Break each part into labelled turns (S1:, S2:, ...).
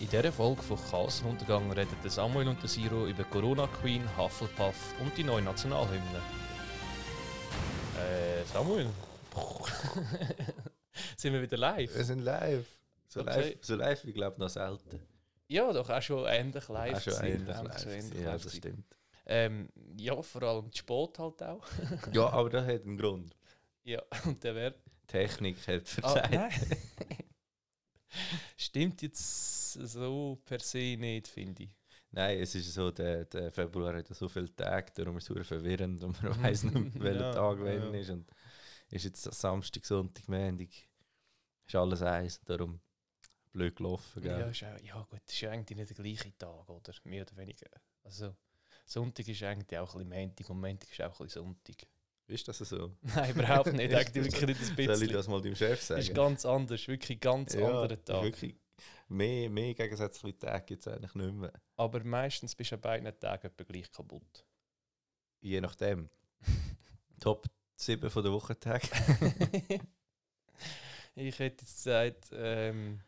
S1: In dieser Folge von Chaos im Untergang reden der Samuel und der Siro über Corona Queen, Hufflepuff und die neue Nationalhymne. Äh, Samuel? Sind wir wieder
S2: Wir
S1: live?
S2: sind live. So
S1: Okay.
S2: live, so live wie glaube noch selten.
S1: Ja, doch, auch schon ähnlich live.
S2: Auch schon
S1: gewesen.
S2: ähnlich
S1: Auch
S2: live.
S1: schon ähnlich
S2: gewesen. Ja,
S1: live
S2: das
S1: gewesen.
S2: stimmt.
S1: Ähm, ja, vor allem die Sport halt auch.
S2: Ja, aber das hat einen Grund.
S1: ja, und der wäre.
S2: Technik hat
S1: Ah,
S2: versagt.
S1: nein. Stimmt jetzt so per se nicht, finde ich.
S2: nein, es ist so, der, der Februar hat so viele Tage, darum ist es sehr verwirrend und man weiß nicht, welcher
S1: Ja,
S2: Tag wann
S1: ja.
S2: ist. Und ist jetzt Samstag, Sonntag, Montag, ist alles eins, darum blöd gelaufen.
S1: Ja,
S2: Gell?
S1: ist auch, ja gut, ist ja eigentlich nicht der gleiche Tag, oder? Mehr oder weniger. Also, Sonntag ist eigentlich auch ein bisschen Montag und Montag ist auch ein bisschen Sonntag.
S2: Ist das so?
S1: Nein, überhaupt nicht.
S2: Ist
S1: Eigentlich
S2: das so?
S1: wirklich nicht ein
S2: Soll ich
S1: bisschen.
S2: das mal deinem Chef sagen?
S1: Ist ganz anders, wirklich ganz anderer Tag.
S2: Wirklich, mehr, mehr gegensätzliche Tage gibt es eigentlich nicht mehr.
S1: Aber meistens bist du an beiden Tagen etwa gleich kaputt.
S2: je nachdem. Top 7 von der Wochentag.
S1: ich hätte jetzt gesagt, ähm,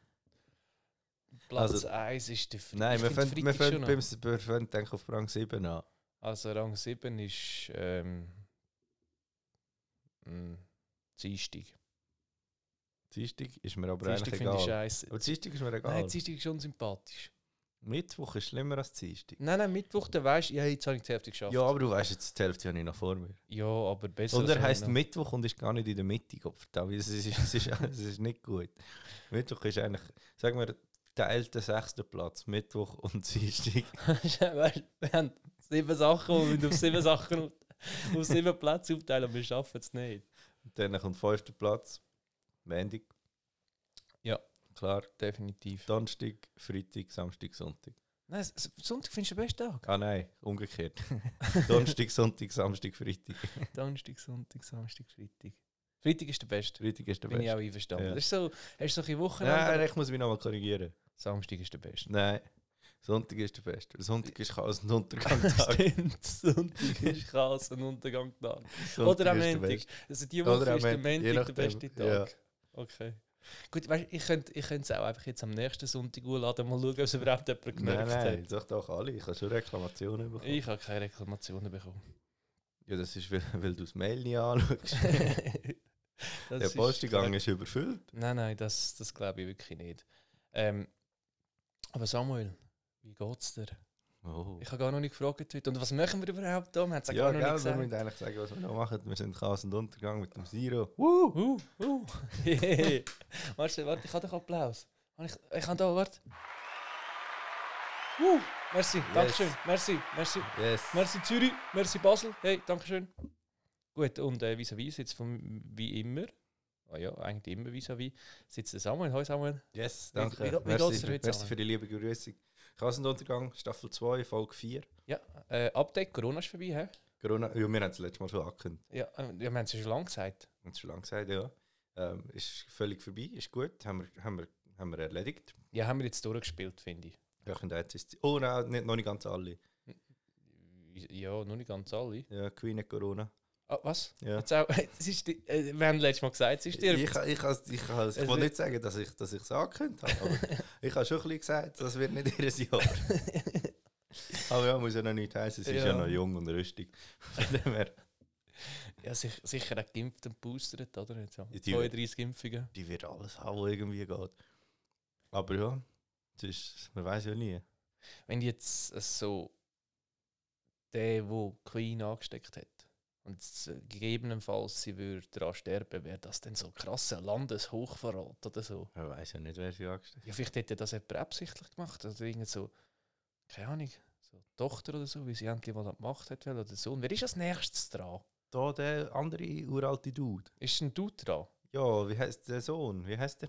S1: Platz
S2: Also-
S1: 1 ist der Fre-
S2: Nein,
S1: ich
S2: wir
S1: finde
S2: fangen, wir
S1: Freitag
S2: fangen,
S1: schon
S2: beim,
S1: an.
S2: wir fangen denke ich, auf Rang 7 an.
S1: Also Rang 7 ist ähm, mh, Dienstag.
S2: Dienstag ist mir aber
S1: Dienstag
S2: eigentlich
S1: finde ich
S2: egal.
S1: scheiße.
S2: Aber Dienstag ist mir egal.
S1: Nein, Dienstag ist unsympathisch.
S2: Mittwoch ist schlimmer als Dienstag.
S1: Nein, nein, Mittwoch, dann weißt du, ja, jetzt habe ich die Hälfte geschafft.
S2: Ja, aber du weißt jetzt, die Hälfte habe ich noch vor mir.
S1: ja aber besser.
S2: Und er
S1: als
S2: heisst
S1: einer.
S2: Mittwoch und ist gar nicht in der Mitte, Gottverdammt. Es ist, es ist, es ist nicht gut. Mittwoch ist eigentlich, sagen wir, teilt der sechste Platz. Mittwoch und Dienstag.
S1: Weisst du, wir haben sieben Sachen und wir müssen auf sieben Sachen auf, auf sieben Plätze aufteilen, aber wir schaffen es nicht.
S2: Und dann kommt fünfter Platz. Montag.
S1: Ja.
S2: Klar.
S1: Definitiv.
S2: Donnerstag, Freitag, Samstag, Sonntag.
S1: Nein, S- S- Sonntag findest du den besten Tag.
S2: Ah nein, umgekehrt. Donnerstag, Sonntag, Samstag, Freitag.
S1: Donnerstag, Sonntag, Samstag, Freitag. Freitag ist der beste.
S2: Freitag ist der
S1: Bin ich
S2: beste.
S1: auch einverstanden.
S2: Ja.
S1: Das ist so, hast du solche Wochenende.
S2: Nein, ich muss mich nochmal korrigieren.
S1: Samstag ist der beste.
S2: Nein, Sonntag ist der beste. Sonntag ist Chaos und Untergangstag.
S1: Stimmt, Sonntag ist krass ein Untergang da.
S2: Sonntag
S1: Oder am
S2: ist der
S1: Montag.
S2: beste.
S1: Also die
S2: Oder
S1: Woche
S2: am
S1: ist der
S2: Montag, je
S1: Montag der
S2: nachdem,
S1: beste Tag. Okay. Gut, weißt, ich könnte ich könnte es auch einfach jetzt am nächsten Sonntag hochladen, mal schauen, ob es überhaupt jemand
S2: Nein,
S1: gemerkt
S2: nein,
S1: hat.
S2: doch doch alle. Ich habe schon Reklamationen bekommen.
S1: Ich habe keine Reklamationen bekommen.
S2: Ja, das ist, weil, weil du das Mail nicht anschaust.
S1: Das
S2: der
S1: ist
S2: Posteingang ist überfüllt.
S1: Nein, nein, das, das glaube ich wirklich nicht. Ähm, aber Samuel, wie geht's dir?
S2: Oh.
S1: Ich habe gar noch nicht gefragt heute. Und was machen wir überhaupt da? Wir haben es ja
S2: Ja,
S1: gar noch
S2: gell,
S1: nicht
S2: wir
S1: gesagt.
S2: müssen eigentlich sagen, was wir noch machen. Wir sind Chaos und Untergang mit dem Zero.
S1: Uh, uh. Hehehe. warte, warte, ich habe doch Applaus. Habe Ich, ich habe da, warte. Uh, merci, Dankeschön, merci, merci.
S2: Yes.
S1: Merci Zürich, merci Basel, hey, Dankeschön. Gut, und äh, vis-à-vis sitzt vom, wie immer, ah ja, eigentlich immer vis-à-vis, sitzt der Samuel. Hoi Samuel.
S2: Yes,
S1: Wie-
S2: danke.
S1: wie- wie geht's dir
S2: merci,
S1: heute
S2: merci
S1: Abend?
S2: für die liebe Grüße. Kassenuntergang, Staffel 2, Folge 4.
S1: Ja, äh, Update, Corona ist vorbei, hä?
S2: Corona, ja, wir haben es letztes Mal schon angekündigt.
S1: Ja, äh, ja, wir haben es ja schon lange gesagt.
S2: Wir haben es schon lange gesagt, ja. Ähm, ist völlig vorbei, ist gut, haben wir, haben wir, haben wir erledigt.
S1: Ja, haben wir jetzt durchgespielt, finde ich.
S2: Ja, könnt ihr jetzt ist, oh nein, nicht, noch nicht ganz alle.
S1: Ja, noch nicht ganz alle.
S2: Ja, Queen hat Corona.
S1: Ah, was?
S2: Ja.
S1: Jetzt auch, es ist, die- äh, wir haben letztes Mal gesagt, es ist
S2: Ich,
S1: dir.
S2: ich, ich, has- ich, has- ich
S1: Es
S2: will
S1: wird-
S2: nicht sagen, dass ich es dass ich's angekündigt habe, aber ich habe schon ein bisschen gesagt, das wird nicht jedes Jahr. aber ja, muss ja noch nicht heißen, es ist
S1: Ja.
S2: ja noch jung und rüstig. Von dem her,
S1: Ja, sich, sicher auch geimpft und boostert, oder? Jetzt ja.
S2: Ja, die-
S1: 32 Impfungen.
S2: die wird alles haben, was irgendwie geht. Aber ja, es ist, man weiß ja nie.
S1: Wenn jetzt äh, so der, der Queen angesteckt hat, und s- äh, gegebenenfalls sie würde daran sterben, wäre das denn so ein krasser Landeshochverrat oder so?
S2: Man weiß ja nicht, wer sie angesteckt
S1: Ja, vielleicht hätte das jemand absichtlich gemacht oder irgend so, keine Ahnung, so die Tochter oder so, wie sie endlich mal an die Macht hat will oder so. Und wer ist als nächstes dran?
S2: hat. Da der andere uralte Dude.
S1: Ist ein du dran?
S2: Ja, wie heißt der Sohn? Wie heißt der?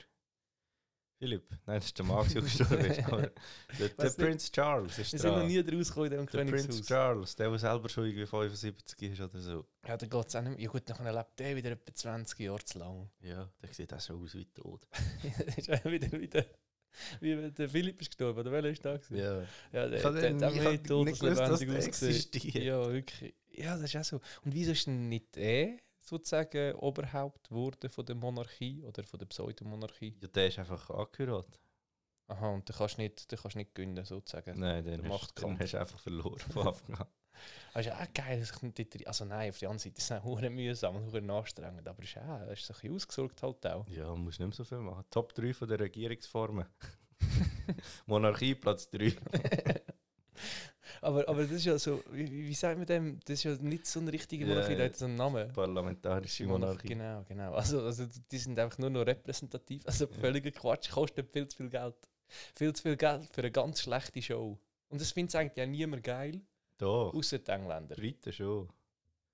S2: Philipp. Nein, das ist der Mann, der gestorben ist. Aber der der
S1: Weiss nicht.
S2: Prinz Charles ist
S1: Wir sind noch
S2: dran.
S1: nie rausgekommen in diesem
S2: Der Prinz
S1: Königshaus.
S2: Charles, der, der selber schon irgendwie 75 ist oder so.
S1: Ja, dann geht es auch nicht mehr. Ja gut, dann lebt der wieder etwa 20 Jahre zu lang.
S2: Ja, der sieht auch schon aus wie tot.
S1: Das ist auch wieder, wieder wie wenn der Philipp ist gestorben, oder welcher ist da gewesen?
S2: Ja.
S1: Ja, der,
S2: Ich
S1: der,
S2: habe
S1: der,
S2: den-
S1: der
S2: ich
S1: hat
S2: habe nicht gewusst, dass der
S1: todeslebendig ausgesehen.
S2: existiert.
S1: Ja, wirklich. Ja, das ist auch so. Und wieso ist denn nicht er sozusagen Oberhaupt geworden von der Monarchie oder von der Pseudomonarchie?
S2: Ja, der ist einfach angehört.
S1: Aha, und du kannst nicht, du kannst nicht gewinnen, sozusagen.
S2: Nein, dann,
S1: Der
S2: hast, dann
S1: Machtkampf.
S2: hast du einfach verloren von Anfang an.
S1: Das ist auch geil, es kommt dort rein. Also nein, auf der anderen Seite ist es auch hure mühsam und hure anstrengend, aber es ist auch, es ist so ein bisschen ausgesorgt halt auch.
S2: Ja, musst nicht mehr so viel machen. Top 3 von der Regierungsformen. Monarchie Platz 3.
S1: Aber, aber das ist ja so, wie, wie- wie sagt man dem, das ist ja nicht so ein richtiger
S2: Ja,
S1: Monarchie,
S2: ja.
S1: der hat so einen Namen.
S2: Parlamentarische Monarchie.
S1: Genau, genau. Also, also die sind einfach nur noch repräsentativ. Also völliger Quatsch, kostet viel zu viel Geld. Viel zu viel Geld für eine ganz schlechte Show. Und das findet eigentlich ja niemand geil,
S2: Doch,
S1: außer die Engländer.
S2: dritte schon.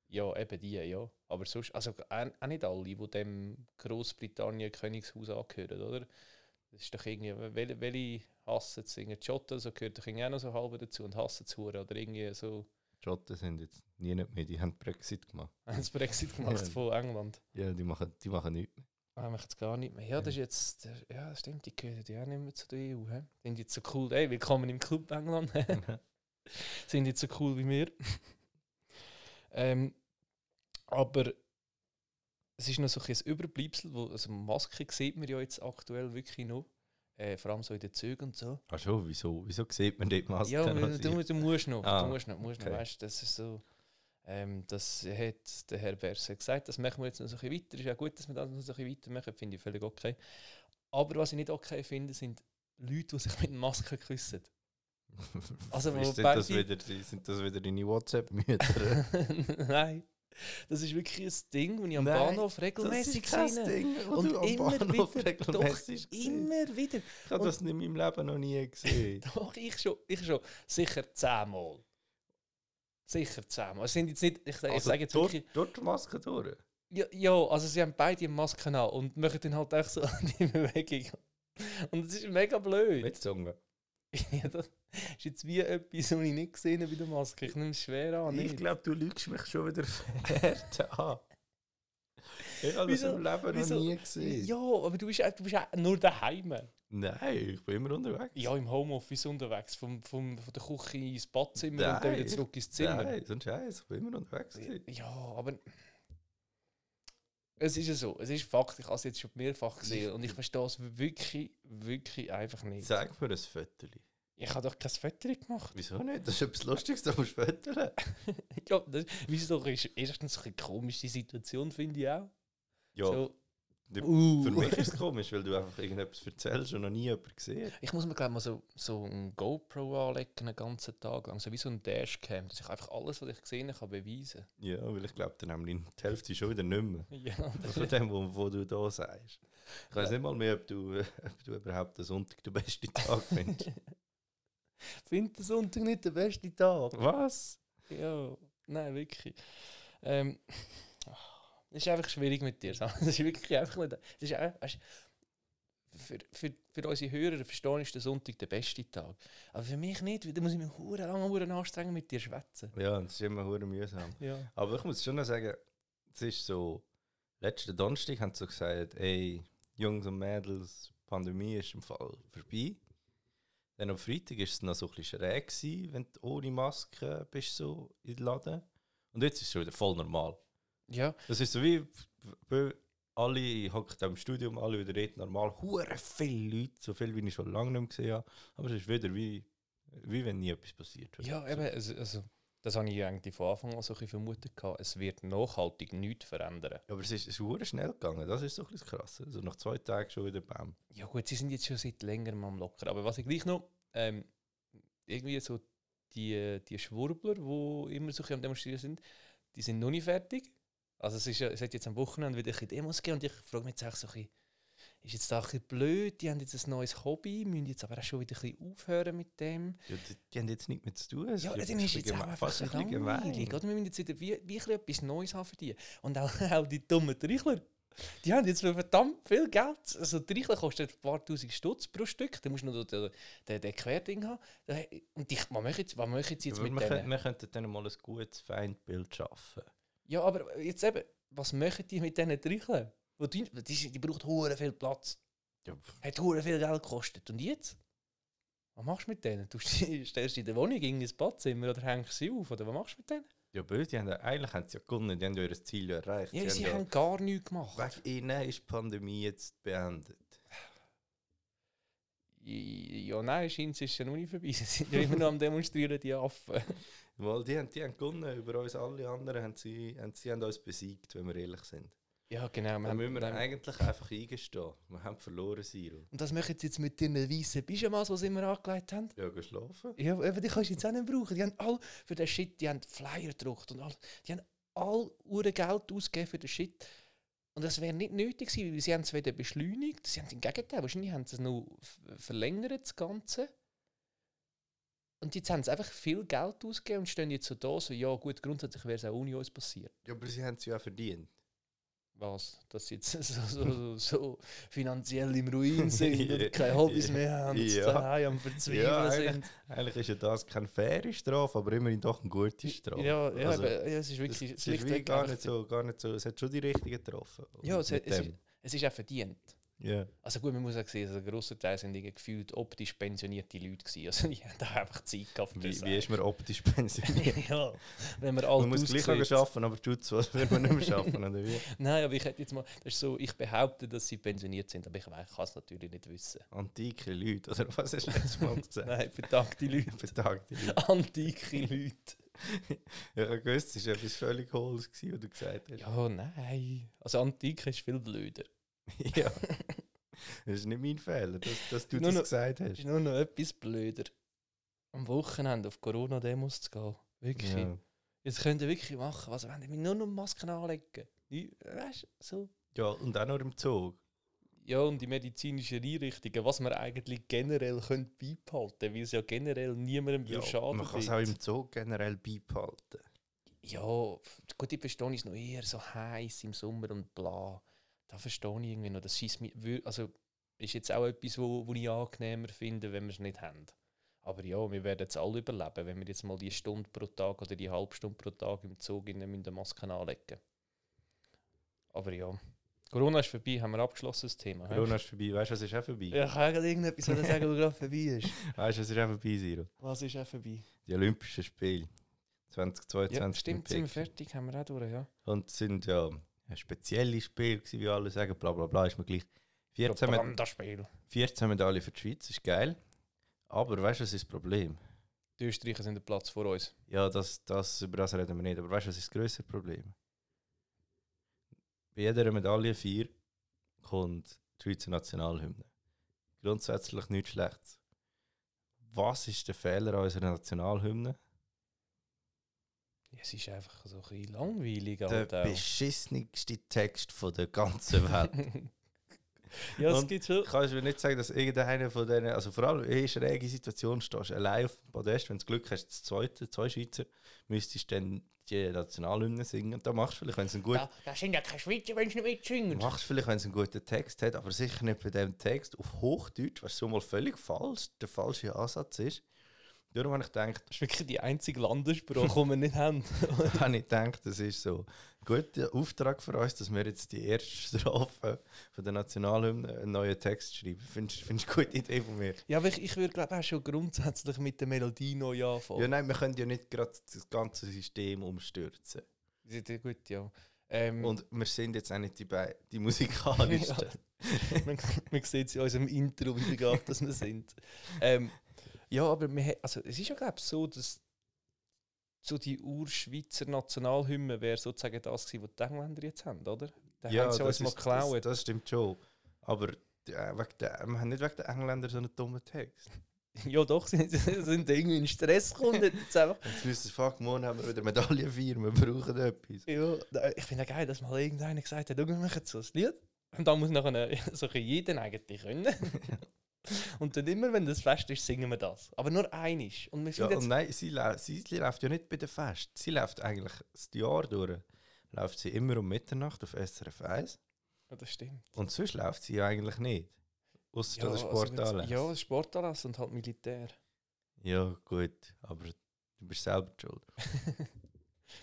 S1: Ja, eben die, ja. Aber sonst, also auch auch nicht alle, die dem Großbritannien Königshaus angehören, oder? Das ist doch irgendwie, welche, welche hassen es? Irgendwie die Schotten, so gehört doch irgendwie auch noch so halb dazu und hassen es hure oder irgendwie so
S2: Die Schotten sind jetzt nie nicht mehr, die haben Brexit gemacht.
S1: haben das Brexit gemacht
S2: Ja.
S1: von England.
S2: Ja, die machen, die machen nichts mehr.
S1: Ah, macht es gar nicht mehr. Ja, das ist jetzt, das- ja, das stimmt, die gehören ja auch nicht mehr zu der EU. He? Sind jetzt so cool, ey, willkommen im Club England.
S2: Mhm.
S1: Sind jetzt so cool wie wir. ähm, aber es ist noch so ein bisschen ein Überbleibsel, wo, also Masken sieht man ja jetzt aktuell wirklich noch. Äh, vor allem so in den Zügen und so.
S2: Ach Ah, schon, wieso? Wieso sieht man dort Masken?
S1: ja, weil
S2: an sich?
S1: du, du, musst noch,
S2: Ah,
S1: du musst noch, musst
S2: okay.
S1: noch, weißt, das ist so, ähm, das hat der Herr Berse gesagt, das machen wir jetzt noch so ein bisschen weiter, ist ja gut, dass wir das noch so ein bisschen weitermachen, finde ich völlig okay. Aber was ich nicht okay finde, sind Leute, die sich mit Masken küssen. Also, wo
S2: Ist, sind, das
S1: beide-
S2: wieder, sind das wieder deine WhatsApp-Mütter?
S1: Nein, das ist wirklich ein Ding, wenn ich am
S2: Nein,
S1: Bahnhof regelmäßig sehe. Und immer wieder, doch
S2: Immer.
S1: immer wieder.
S2: Ich habe das in meinem Leben noch nie gesehen.
S1: Doch, ich schon, ich schon. Sicher zehnmal. Sicher zehnmal. Es sind jetzt nicht, ich, ich sage jetzt
S2: durch,
S1: wirklich...
S2: Also, durch die Maske durch.
S1: Ja, ja, also sie haben beide Masken an und machen dann halt echt so die Bewegung. Und das ist mega blöd.
S2: Mit Zunge.
S1: Ja, das ist jetzt wie etwas, was ich nicht gesehen habe bei der Maske. Ich nehme es schwer an.
S2: ich
S1: Nicht.
S2: glaube, du lügst mich schon wieder fährt an. Ich habe das
S1: Wieso-
S2: im Leben
S1: wieso-
S2: noch nie gesehen.
S1: Ja, aber du bist, auch- du bist auch nur daheim.
S2: Nein, ich bin immer unterwegs.
S1: Ja, im Homeoffice unterwegs. Vom, vom, von der Küche ins Badzimmer und dann
S2: Nein,
S1: wieder zurück ins Zimmer.
S2: Nein, so ein Scheiß. Ich bin immer unterwegs. gewesen.
S1: Ja, aber. Es ist ja so. Es ist Fakt. Ich habe es jetzt schon mehrfach gesehen und ich verstehe es wirklich, wirklich einfach nicht.
S2: Zeig mir ein Viertel.
S1: Ich habe doch kein Foto gemacht.
S2: Wieso nicht? Das ist etwas Lustiges, da musst du Viertel.
S1: Ja, das ist doch ist erstens eine komische Situation, finde ich auch.
S2: Ja,
S1: So,
S2: die-
S1: uh.
S2: für mich ist es komisch, weil du einfach irgendetwas erzählst und noch nie jemand gesehen
S1: Ich muss mir glaube mal so, so ein GoPro anlegen, einen ganzen Tag lang. So wie so ein Dashcam, dass ich einfach alles, was ich gesehen habe, beweisen
S2: Ja, weil ich glaube, dann haben wir die Hälfte schon wieder nicht mehr.
S1: kann. Ja,
S2: Von dem, wo, wo du da sagst. Ich weiß nicht mal mehr, ob du, ob du überhaupt den Sonntag den besten Tag findest.
S1: finde den Sonntag nicht der beste Tag.
S2: Was?
S1: Ja, nein, wirklich. Ähm, es ist einfach schwierig mit dir. Sam. Es ist wirklich einfach nicht. Es ist auch, weisst du, für, für, für unsere Hörer verstehe ich, der Sonntag der beste Tag. Aber für mich nicht, weil da muss ich mich hure lange hure anstrengen mit dir schwätzen.
S2: Ja, das ist immer hure mühsam.
S1: Ja.
S2: Aber ich muss schon noch sagen, es ist so, letzten Donnerstag haben sie so gesagt, ey, Jungs und Mädels, die Pandemie ist im Fall vorbei. Dann am Freitag war es noch so ein bisschen schräg, gewesen, wenn du ohne Maske bist, so in den Laden. Und jetzt ist es schon wieder voll normal.
S1: Ja,
S2: Das ist so wie, weil alle hocken im Studium, alle wieder reden normal, hure viele Leute, so viel wie ich schon lange nicht mehr gesehen habe. Aber es ist wieder wie, wie wenn nie etwas passiert wäre.
S1: ja eben, also, also, das habe ich eigentlich von Anfang an so ein bisschen vermutet. gehabt. Es wird nachhaltig nichts verändern.
S2: Ja, Aber es ist, es ist hure schnell gegangen, das ist so ein bisschen krass. Also nach zwei Tagen schon wieder bam.
S1: Ja gut, sie sind jetzt schon seit längerem am Locker. Aber was ich gleich noch, ähm, irgendwie so die, die Schwurbler, die immer so ein bisschen am Demonstrieren sind, die sind noch nicht fertig. Also es, ist, ja- es hat jetzt am Wochenende wieder ein bisschen Demos gegeben und ich frage mich jetzt auch so ein bisschen, ist jetzt da ein bisschen blöd, die haben jetzt ein neues Hobby, müssen jetzt aber auch schon wieder ein bisschen aufhören mit dem.
S2: Ja, die, die haben jetzt nichts mehr zu tun. Es
S1: Ja,
S2: ein
S1: dann ist
S2: bisschen
S1: jetzt auch
S2: geme-
S1: einfach
S2: fast
S1: so
S2: ein bisschen
S1: langweilig.
S2: gemein.
S1: Oder? Wir müssen jetzt wieder wie, wie ein bisschen etwas Neues haben für die. Und auch, auch die dummen Trichler. Die haben jetzt für verdammt viel Geld. Also Trichler kostet ein paar tausend Stutz pro Stück. Da musst du noch den, den, den Querding haben. Da- Und ich, was möchten sie was machen sie jetzt
S2: Aber
S1: mit
S2: wir, können,
S1: denen?
S2: wir könnten dann mal ein gutes Feindbild schaffen.
S1: Ja, aber jetzt eben, was machen die mit diesen Trichlern? Wo Die, die, sind- die braucht hure viel Platz.
S2: Ja,
S1: Hat hure viel Geld gekostet. Und jetzt? Was machst du mit denen? Du stellst sie in der Wohnung in ein Badzimmer oder hängst sie auf? Oder was machst du mit denen?
S2: ja böse, die haben, ja- eigentlich haben sie ja gewonnen, die haben ja ihr Ziel ja erreicht.
S1: Ja, sie
S2: ja-
S1: haben gar nichts gemacht.
S2: Wegen ihnen ist die Pandemie jetzt beendet.
S1: Ja, nein, scheint es ist ja noch nicht vorbei. Sie sind ja immer noch am Demonstrieren, die Affen.
S2: Weil die haben, die haben gewonnen, über uns alle anderen haben sie, haben, sie haben uns besiegt, wenn wir ehrlich sind.
S1: Ja, genau. wir
S2: Da
S1: haben-
S2: müssen wir
S1: wir haben-
S2: eigentlich einfach eingestehen. Wir haben verloren, Siro.
S1: Und das machen sie jetzt mit den weißen Pyjamas, die sie immer angelegt haben.
S2: Ja, geschlafen.
S1: Ja, aber die kannst du jetzt auch nicht brauchen. Die haben all für den Shit, die haben Flyer gedruckt und all, die haben all ure Geld ausgegeben für den Shit. Und das wäre nicht nötig gewesen, weil sie haben es weder beschleunigt, sie haben es im Gegenteil, wahrscheinlich haben sie es noch v- verlängert, das Ganze. Und jetzt haben sie einfach viel Geld ausgegeben und stehen jetzt so da, so, ja gut, grundsätzlich wäre es auch ohne uns passiert.
S2: Ja, aber sie haben es ja auch verdient.
S1: Was? Dass sie jetzt so, so, so, so finanziell im Ruin sind
S2: Ja.
S1: und keine Hobbys mehr haben,
S2: Ja.
S1: daheim am Verzweifeln
S2: Ja, eigentlich-
S1: sind.
S2: Eigentlich ist ja das keine faire Strafe, aber immerhin doch eine gute Strafe.
S1: Ja, ja,
S2: Also,
S1: eben, ja, es ist
S2: Das,
S1: wirklich
S2: das ist
S1: schlichtweg
S2: wie gar
S1: einfach-
S2: nicht, so, gar nicht so. Es hat schon die richtigen getroffen.
S1: Ja, es,
S2: Mit
S1: es, ist,
S2: dem.
S1: es ist auch verdient.
S2: Ja.
S1: Also gut, man muss auch sehen, also ein grosser Teil sind irgendwie gefühlt optisch pensionierte Leute gewesen. Also die haben auch einfach Zeit gehabt. für
S2: Wie,
S1: das
S2: wie ist man optisch pensioniert?
S1: eigentlich. dus, eh, ja, wenn man alt
S2: Man muss gleich
S1: aussieht.
S2: arbeiten, aber tut was, wird man nicht mehr arbeiten, oder wie?
S1: Nein, aber ich hätte jetzt mal, das ist so, ich behaupte, dass sie pensioniert sind, aber ich weiß- kann es natürlich nicht wissen.
S2: Antike Leute, oder was hast du letztes Mal gesagt?
S1: Nein, verdammte Leute.
S2: Betagte Leute.
S1: Antike Leute.
S2: Ja, Ich habe gewusst, es war etwas völlig Hohles, gewesen, was du gesagt hast.
S1: Ja, nein. Also Antike ist viel blöder.
S2: Ja. Das ist nicht mein Fehler, dass, dass du
S1: Nur
S2: das
S1: noch-
S2: gesagt
S1: Es
S2: hast.
S1: ist nur noch etwas blöder. Am Wochenende auf Corona-Demos zu gehen. Wirklich.
S2: Ja.
S1: Jetzt könnt ihr wirklich machen, was wenn ihr mir nur noch Masken anlegen. Nie- Weißt du, so.
S2: ja, und auch noch im Zug.
S1: Ja, und die medizinischen Einrichtungen, was man eigentlich generell könnte beibehalten könnte, weil es ja generell niemandem
S2: Ja,
S1: ja, schaden
S2: man kann es auch im Zug generell beibehalten.
S1: Ja, f- gut, ich verstehe es noch eher so heiß im Sommer und bla. Da verstehe ich irgendwie noch. Das schießt mich. wür- Also ist jetzt auch etwas, wo, wo ich angenehmer finde, wenn wir es nicht haben. Aber ja, wir werden es alle überleben, wenn wir jetzt mal die Stunde pro Tag oder die halbe Stunde pro Tag im Zug in der Maske anlegen. Aber ja. Corona ist vorbei, haben wir abgeschlossen das Thema. hä?
S2: Corona ist vorbei, weißt du, es ist auch vorbei.
S1: Ja, ich kann eigentlich irgendetwas was sagen, was gerade vorbei ist.
S2: Weißt du, es ist auch vorbei, Siro.
S1: Was ist auch vorbei?
S2: Die Olympischen Spiele
S1: Ja,
S2: 2022. in
S1: stimmt, sind wir
S2: Peking.
S1: fertig, haben wir auch durch, ja.
S2: Und es sind ja spezielle Spiele, gewesen, wie alle sagen, bla bla bla, ist mir gleich. 14, Med
S1: Propagandaspiel.
S2: 14 Medaillen für die Schweiz, ist geil. Aber weißt du, was ist das Problem?
S1: Die Österreicher sind der Platz vor uns.
S2: Ja, das, das, über das reden wir nicht. Aber weißt du, was ist das größere Problem? Bei jeder Medaille 4 kommt die Schweizer Nationalhymne. Grundsätzlich nichts Schlechtes. Was ist der Fehler an unserer Nationalhymne?
S1: Ja, es ist einfach so ein bisschen langweilig.
S2: der
S1: halt auch.
S2: beschissenste Text von der ganzen Welt.
S1: ja, es
S2: Und-
S1: gibt schon.
S2: Kannst du nicht sagen, dass irgendeiner von denen, also vor allem in schräge Situationen stehst, allein auf dem Podest, wenn du Glück hast, das zweite, zwei Schweizer, müsstest du dann die Nationalhymne singen. Und da machst du vielleicht, wenn es einen guten,
S1: Da, da sind ja keine Schweizer, wenn sie nicht mitsingen.
S2: machst du vielleicht, wenn es einen guten Text hat, aber sicher nicht bei dem Text auf Hochdeutsch, was so mal völlig falsch, der falsche Ansatz ist. Darum habe ich gedacht,
S1: Das ist wirklich die einzige Landessprache, die wir nicht haben.
S2: habe ich gedacht, das ist so ein guter Auftrag für uns, dass wir jetzt die erste Strophe von der Nationalhymne einen neuen Text schreiben. Findest findest du eine gute Idee von mir?
S1: Ja, aber ich, ich würde glaube auch schon grundsätzlich mit der Melodie neu
S2: Ja,
S1: anfangen.
S2: nein, wir können ja nicht gerade das ganze System umstürzen.
S1: Ja, gut, ja. Ähm,
S2: Und wir sind jetzt auch nicht die, Be die musikalischsten.
S1: man, man sieht es in unserem Intro wieder gerade, dass wir sind. Ähm, ja, aber wir, hä- also, es ist ja glaube ich so, dass so die Urschweizer Nationalhymne wäre sozusagen das gewesen, was die Engländer jetzt haben, oder? Da haben sie uns mal
S2: ist-
S1: geklaut.
S2: Das, das stimmt schon. Aber die- äh, wegen der, wir haben nicht wegen der Engländer so einen dummen Text.
S1: Ja, doch, sie sie sind irgendwie in Stress gekommen. Jetzt einfach.
S2: Jetzt müssen wir, fuck, morgen haben wir wieder Medaille 4, wir brauchen etwas.
S1: Ja, da- ich finde ja geil, dass mal irgendeiner gesagt hat, «Schau, wir machen so ein Lied. Und dann muss nachher äh, so ein bisschen jeden eigentlich können. Und dann immer, wenn das Fest ist, singen wir das. Aber nur einisch. Und wir
S2: Ja,
S1: sind
S2: und
S1: jetzt...
S2: nein, sie, lau- sie läuft ja nicht bei den Fest. Sie läuft eigentlich das Jahr durch. Läuft sie immer um Mitternacht auf SRF 1.
S1: Ja, das stimmt.
S2: Und sonst läuft sie ja eigentlich nicht. Außer ja,
S1: also
S2: Sportanlässe.
S1: wenn's- ja, Sportanlass und halt Militär.
S2: Ja, gut, aber du bist selber schuld.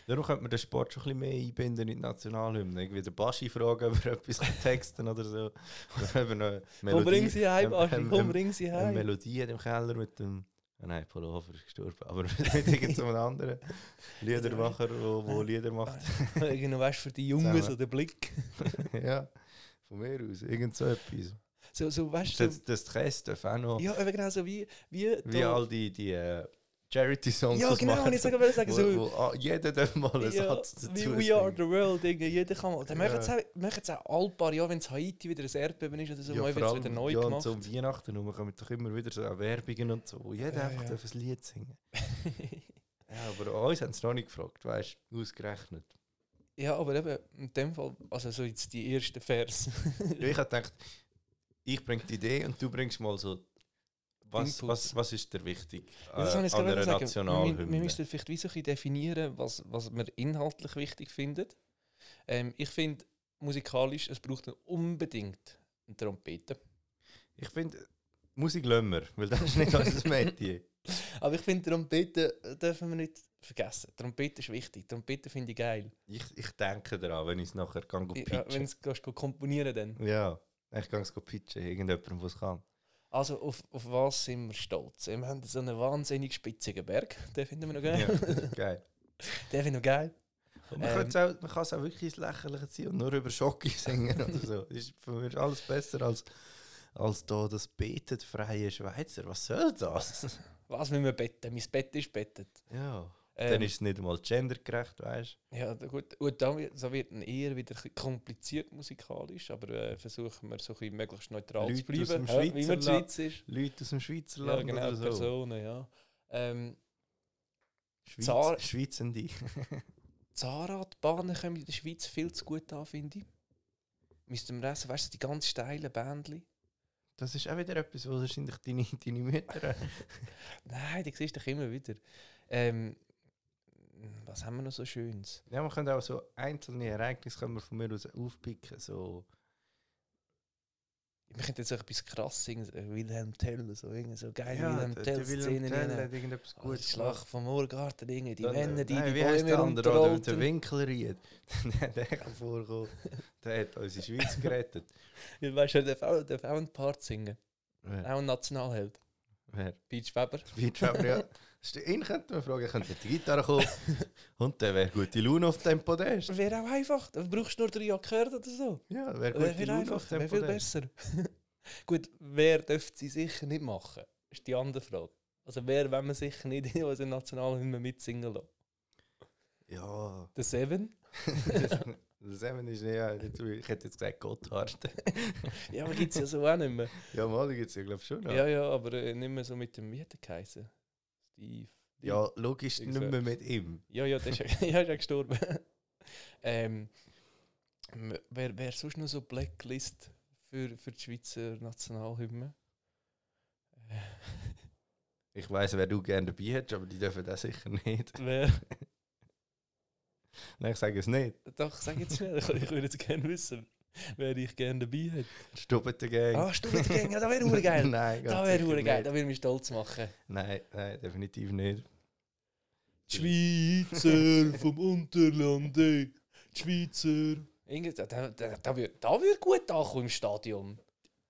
S2: Darum könnte man den Sport schon ein bisschen mehr einbinden in die Nationalhymne. Irgendwie den Baschi fragen, ob er etwas kann texten oder so. Oder ob er noch eine
S1: Komm, bring
S2: Melodie,
S1: sie heim,
S2: ähm,
S1: Aschi,
S2: ähm,
S1: komm,
S2: ähm,
S1: bring sie
S2: eine
S1: heim.
S2: Melodie in dem Keller mit dem... Ah nein, Polo Hofer ist gestorben. Aber mit irgendeinem anderen Liedermacher, der wo, wo Lieder macht.
S1: Irgendwie, weißt du, für die Jungen
S2: Zusammen.
S1: so der Blick.
S2: ja, von mir aus. Irgend so etwas.
S1: So, so weißt du, so,
S2: Das, das Käse darf auch noch,
S1: ja, eben genau so wie, wie,
S2: wie
S1: da-
S2: all die, die äh, Charity-Songs
S1: Ja,
S2: das
S1: genau,
S2: machen,
S1: und ich sage, will sagen, so,
S2: wo, wo, ah, jeder darf mal einen
S1: ja,
S2: Satz dazu
S1: wie We Are
S2: singen.
S1: the World, Dinge, jeder kann mal. Dann
S2: Ja.
S1: machen sie auch, machen sie auch alle paar Jahre, wenn es Haiti wieder ein Erdbeben ist oder so, mal
S2: ja,
S1: wird
S2: vor
S1: es
S2: allem,
S1: wieder neu
S2: ja,
S1: gemacht.
S2: und so um Weihnachten herum kommen doch immer wieder so auch Werbungen und so, wo jeder
S1: Ja,
S2: einfach
S1: ja.
S2: darf ein Lied singen Ja, aber an uns haben sie noch nicht gefragt, weißt du, ausgerechnet.
S1: ja, aber eben, in dem Fall, also so jetzt die ersten
S2: Äh,
S1: Vers.
S2: Ja, ich habe gedacht, ich bringe die Idee und du bringst mal so, was,
S1: Inputs.
S2: was, was ist dir wichtig
S1: das kann
S2: äh,
S1: ich
S2: an
S1: gerade
S2: einer
S1: sagen. Wir, wir- wir
S2: Nationalhymne?
S1: müssen vielleicht wie so ein bisschen definieren, was, was wir inhaltlich wichtig finden. Ähm, ich finde, musikalisch, es braucht unbedingt eine Trompete.
S2: Ich finde, Musik lassen wir, weil das ist nicht unser Mädchen.
S1: Aber ich finde, Trompete äh, dürfen wir nicht vergessen. Trompete ist wichtig. Trompete finde ich geil.
S2: Ich, ich denke daran, wenn ich es nachher kann
S1: Ich- äh, Wenn
S2: pitchen
S1: du es gehst go komponieren dann.
S2: kann. Ja, ich kann es pitchen, irgendjemandem, der es kann.
S1: Also auf, auf was sind wir stolz? Wir haben so einen wahnsinnig spitzigen Berg, den finden wir noch geil.
S2: Ja, das ist geil.
S1: Den finden wir geil.
S2: Und man,
S1: Ähm.
S2: könnte es auch, man kann es auch wirklich ins Lächerliche ziehen und nur über Schocke singen oder so. Ist für mich alles besser als, als da das betet freie Schweizer. Was soll das?
S1: Was müssen wir betten? Mein Bett ist bettet.
S2: Ja.
S1: Ähm,
S2: Dann ist es nicht mal gendergerecht, weißt du?
S1: ja, da- gut. Und dann wird- so wird dann eher wieder ein bisschen kompliziert musikalisch, aber äh, versuchen wir so ein bisschen möglichst neutral
S2: Leute
S1: zu bleiben,
S2: aus dem
S1: hä, wie man in der
S2: Schweizerland.
S1: Schweiz ist.
S2: Leute aus dem
S1: Ja,
S2: Schweizerland
S1: genau,
S2: oder so.
S1: Personen, ja. Ähm, Zar-
S2: Schweiz, Schweizende.
S1: Zahnradbahnen kommen in der Schweiz viel zu gut an, finde ich. Müssten wir essen, weißt du, die ganz steilen Bändchen.
S2: Das ist auch wieder etwas, was wahrscheinlich deine, deine Mütter...
S1: Nein, die siehst du doch immer wieder. Ähm, was haben wir noch so Schönes?
S2: Ja, man könnte auch so einzelne Ereignisse können wir von mir aus aufpicken. So.
S1: Wir könnten jetzt auch etwas krass singen, so äh, Wilhelm Tell, so, irgendwie so geile
S2: Ja,
S1: Wilhelm
S2: der, der äh, Wilhelm
S1: Tell-Szenen.
S2: Tell
S1: rein.
S2: hat irgendetwas
S1: Ah, die
S2: Gutes
S1: Schlacht vom Morgarten, Dinge, die Männer, die
S2: Nein,
S1: die
S2: wie heisst
S1: Bäume
S2: der andere? Der, der
S1: runterrollten.
S2: Winkelried. der, der kann vorkommen. Der hat unsere Schweiz gerettet.
S1: Ja, Weißt du, der darf auch, darf auch einen Part singen.
S2: Wer?
S1: Auch ein Nationalheld.
S2: Wer?
S1: Peach Weber.
S2: Wird schon, aber ja. St- Ihn könnte man fragen, könnte die Gitarre kommen? Und der wäre gute Laune auf dem Podest.
S1: Wäre auch einfach. Da brauchst du nur drei Akkorde oder so.
S2: Ja, wäre
S1: Wäre
S2: gute
S1: viel
S2: Laune auf
S1: einfacher,
S2: dem
S1: wäre viel
S2: Podest.
S1: besser. Gut, wer dürfte sie sicher nicht machen? Ist die andere Frage. Also wer, wenn man sicher nicht in unseren Nationalhymne mitsingen lässt?
S2: Ja,
S1: Der Seven?
S2: das, das Seven ist nicht, ja, nicht so- ich hätte jetzt gesagt Gotthard.
S1: Ja, aber gibt es ja so auch nicht mehr.
S2: Ja, mal, da gibt es ja, glaube ich, schon noch.
S1: Ja, ja, aber äh, nicht mehr so mit dem, wie hat der geheißen? Steve.
S2: Ja, logisch
S1: Ich
S2: nicht mehr mit ihm.
S1: Ja, ja, der ist ja, ja, ist ja gestorben. ähm, m- wer, wer sonst noch so Blacklist für, für die Schweizer Nationalhymne? Äh,
S2: Ich weiß, wer du gerne dabei hättest, aber die dürfen das sicher nicht.
S1: wer,
S2: Nein, ich sage es nicht.
S1: doch, sag jetzt schnell, ich, ich würde jetzt gerne wissen, wer ich gerne dabei hätte.
S2: Stubete Gang.
S1: Ah, Stuttgart Gang, ja, das wäre urgeil.
S2: Nein, ganz
S1: Das wäre
S2: sicher
S1: urgeil,
S2: nicht.
S1: das würde mich stolz machen.
S2: Nein, nein, definitiv nicht.
S1: Die Schweizer vom Unterland, ey. die Schweizer. Irgendwie, Da, da, da, da würde da würd gut ankommen im Stadion.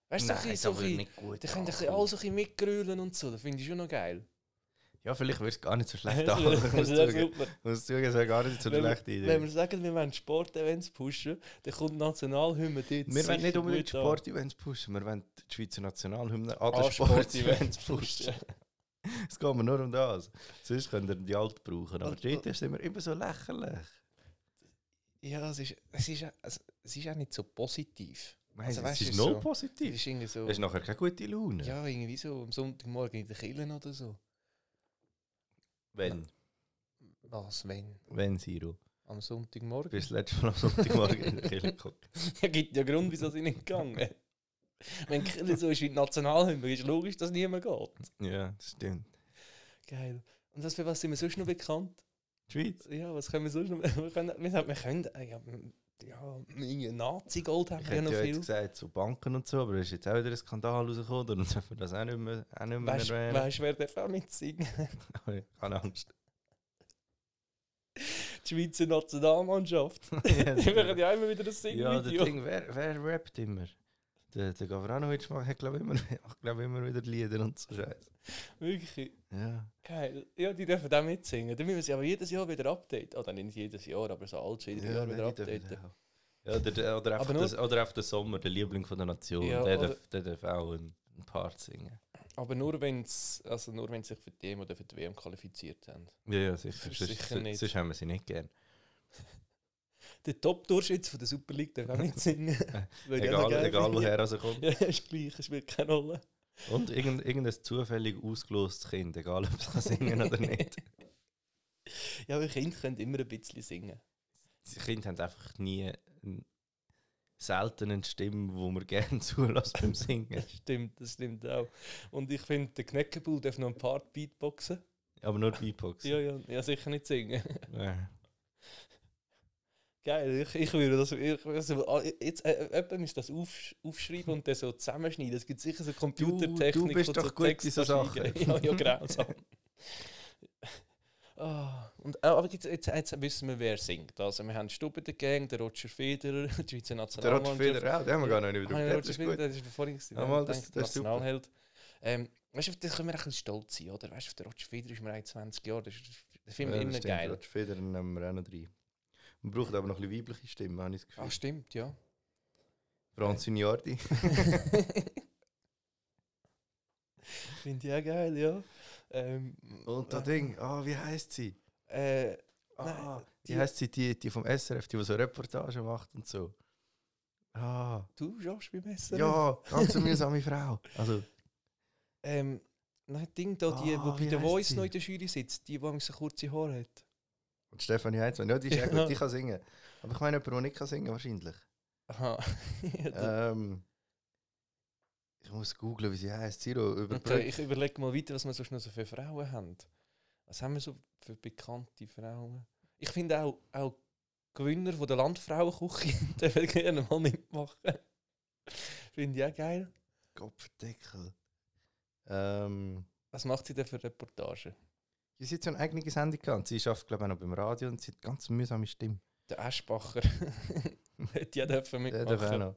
S1: Weißt du, so ein bisschen- so ein bisschen-
S2: nicht gut.
S1: Da können doch alles ein bisschen mitgrölen und so, das finde ich schon noch geil.
S2: Ja, vielleicht würde es gar nicht so schlecht
S1: Also,
S2: ankommen. Ich muss
S1: also das ist
S2: zugeben,
S1: super.
S2: ich muss zugeben, es wäre gar nicht so
S1: Wenn
S2: eine
S1: wir-
S2: schlechte
S1: Wenn
S2: Idee.
S1: wir sagen, wir wollen Sportevents pushen, dann kommt die Nationalhymne dort.
S2: Wir wollen nicht
S1: sicher
S2: unbedingt
S1: gut an.
S2: Sport-Events pushen, wir wollen die Schweizer Nationalhymne an
S1: Ah,
S2: den
S1: Sportevents
S2: Oh, Sport-Events
S1: pushen.
S2: pushen. Es geht mir nur um das. Sonst könnt ihr die alt brauchen. Aber
S1: Und-
S2: dort sind wir immer so lächerlich.
S1: Ja, es ist, es, ist, auch- also, es ist auch nicht so positiv.
S2: Also,
S1: weißt
S2: es
S1: du,
S2: ist
S1: ist
S2: null
S1: so- Es
S2: positiv.
S1: ist irgendwie so,
S2: Es ist nachher keine gute Laune.
S1: ja, irgendwie so am Sonntagmorgen in der Kirche oder so.
S2: Wenn,
S1: Was, wenn?
S2: wenn, Siro.
S1: Am
S2: Du
S1: Sonntagmorgen?
S2: bist das letzte Mal am Sonntagmorgen in der Kirche geguckt.
S1: Ja, gibt ja Grund, wieso sie nicht gegangen Wenn die Kirche so ist wie die Nationalhymne, ist logisch, dass niemand geht.
S2: Ja, das stimmt.
S1: Geil. Und das, für was sind wir sonst noch bekannt?
S2: Die Schweiz.
S1: Ja, was können wir sonst noch? Wir können, wir sagen, wir können äh, ja, m- ja irgendein Nazi-Gold haben
S2: Ich
S1: wir ja
S2: hätte
S1: noch
S2: ja
S1: viel.
S2: jetzt gesagt, so Banken und so, aber es ist jetzt auch wieder ein Skandal rausgekommen, darum dürfen wir das auch nicht mehr, auch nicht mehr
S1: Weißt
S2: erwähnen.
S1: du, wer darf auch mitsingen?
S2: Aber ich habe Oh Angst.
S1: Die Schweizer Nationalmannschaft. Die machen ja immer wieder ein
S2: ja, das
S1: Sing-Video.
S2: Ding, wer, wer rappt immer? Der, der Gavranovic macht, hat, glaube ich, immer, macht, glaub, ich, immer wieder Lieder und so Scheiße.
S1: Wirklich
S2: Ja.
S1: geil. Ja, die dürfen auch mitsingen. Dann müssen wir sie aber jedes Jahr wieder updaten. Oder nicht jedes Jahr, aber so alt jedes Jahr
S2: nein,
S1: wieder
S2: die dürfen
S1: updaten.
S2: auch. Ja, Oder, oder, einfach
S1: Aber nur-
S2: das, oder einfach der Sommer, der Liebling von der Nation.
S1: Ja,
S2: der,
S1: oder-
S2: darf, der darf auch ein, ein Part singen.
S1: Aber nur wenn sie also nur wenn sie sich für die EM oder für die WM qualifiziert haben.
S2: Ja, ja, sicher.
S1: Sicher
S2: Sonst, sonst-
S1: nicht.
S2: sonst haben wir sie nicht gern.
S1: Der Top-Durchschnitt von der Super League darf auch nicht singen. Würde ich auch noch
S2: Egal,
S1: gerne
S2: egal
S1: finden.
S2: woher er kommt.
S1: Ja, ist gleich, es spielt keine Rolle.
S2: Und irgend, irgendein zufällig ausgelostes Kind, egal ob es kann singen oder nicht.
S1: Ja, aber Kinder können immer ein bisschen singen.
S2: Die Kinder haben einfach nie einen seltenen Stimme, die man gerne zulässt beim Singen.
S1: Das stimmt, das stimmt auch. Und ich finde, der Kneckebull darf noch ein Part Beatboxen.
S2: Aber nur die Beatbox.
S1: Ja, ja, ja, sicher nicht singen.
S2: Ja.
S1: Geil, ich, ich würde das. Ich, also, ah, jetzt, äh, jemand müsste das aufsch aufschreiben und dann so zusammenschneiden. Es gibt sicher so Computertechnik.
S2: du bist
S1: wo
S2: doch gut in
S1: Text
S2: so
S1: schneiden.
S2: Sachen.
S1: Ja, ja, grausam. Ah, und, ah, aber jetzt, jetzt, jetzt wissen wir, wer singt. Also, wir haben Stubbe der Gang, der Roger Federer, die Schweizer
S2: Der Roger
S1: Nationalmannschaft.
S2: Federer auch, den haben wir
S1: Ja.
S2: gar noch nicht
S1: Ah, ja,
S2: wieder. Das
S1: Roger
S2: ist
S1: Federer,
S2: gut.
S1: das ist mir vorhin gewesen.
S2: Ah, mal,
S1: Ich
S2: das-
S1: denke,
S2: das ist super.
S1: Nationalheld. Ähm, weißt du, auf das können wir ein bisschen stolz sein, oder? Weißt du, auf den Roger Federer ist mir 21 Jahre, das, ist- das
S2: Ja,
S1: finde ich
S2: das
S1: immer
S2: stimmt,
S1: geil.
S2: Roger Federer nehmen wir auch noch rein. Man braucht aber noch ein bisschen weibliche Stimme, habe ich das Gefühl.
S1: Ah, stimmt, ja.
S2: Franz Uniardi.
S1: Finde ich auch geil, ja. Ähm,
S2: Und das Ding, ah, wie heisst sie?
S1: Äh,
S2: Ah,
S1: Nein,
S2: wie
S1: die-
S2: heisst sie, die, die vom SRF, die, die so Reportagen macht und so? Ah,
S1: du schaffst beim Messer?
S2: ja, ganz eine mühsame Frau. Also,
S1: Ähm, nein, Ding da, die,
S2: Ah,
S1: die
S2: wie
S1: bei der
S2: heisst
S1: Voice
S2: sie?
S1: noch in der Jury sitzt, die, die manchmal so kurze Haare hat.
S2: und Stefanie Heizmann, ja, die ist auch
S1: Ja.
S2: gut, die kann singen. Aber ich meine, jemand, der nicht kann singen wahrscheinlich.
S1: Aha. ja, da-
S2: Ähm, ich muss googeln, wie sie heisst. Zero, überbrücken.
S1: okay, ich überlege mal weiter, was wir sonst noch so für Frauen haben. Was haben wir so für bekannte Frauen? Ich finde auch, auch Gewinner von der Landfrauenküche dürfen gerne mal mitmachen. Finde ich auch geil.
S2: Kopfdeckel. Ähm,
S1: Was macht sie denn für Reportagen?
S2: ja, sie hat so eine eigene Sendung gehabt. Sie arbeitet, glaube ich, auch noch beim Radio und sie hat ganz eine mühsame Stimme.
S1: Der Aschbacher. Hätte ja dürfen
S2: Der darf auch
S1: mitmachen.
S2: noch.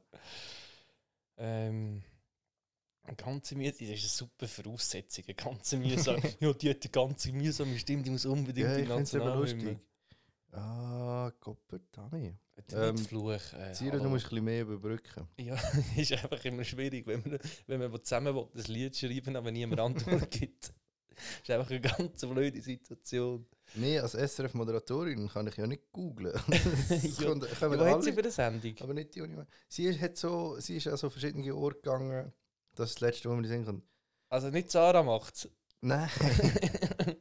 S1: Ähm, eine ganze mühsame, das ist eine super Voraussetzung. Eine ganze mühsame, ja, die hat eine ganze mühsame Stimme, die muss unbedingt
S2: Ja,
S1: in
S2: ich find's eben
S1: Nationalhymne.
S2: lustig. Ah, Koppertami.
S1: Nicht ähm,
S2: Ähm,
S1: Fluch. Äh,
S2: Zero, du
S1: hallo.
S2: musst ein bisschen mehr überbrücken.
S1: Ja, ist einfach immer schwierig, wenn man, wenn man wo zusammen will, ein Lied schreiben aber niemand Antwort gibt. ist einfach eine ganz blöde Situation.
S2: Mehr als SRF-Moderatorin kann ich ja nicht googlen. Es
S1: Ja.
S2: kommt- kommen
S1: Wo hat sie
S2: alle,
S1: für eine Sendung?
S2: aber nicht die, die ich meine. Sie ist, hat so, sie ist an so verschiedene Orte gegangen. Das ist das Letzte, wo man sehen kann.
S1: Also nicht Sarah macht's.
S2: Nein,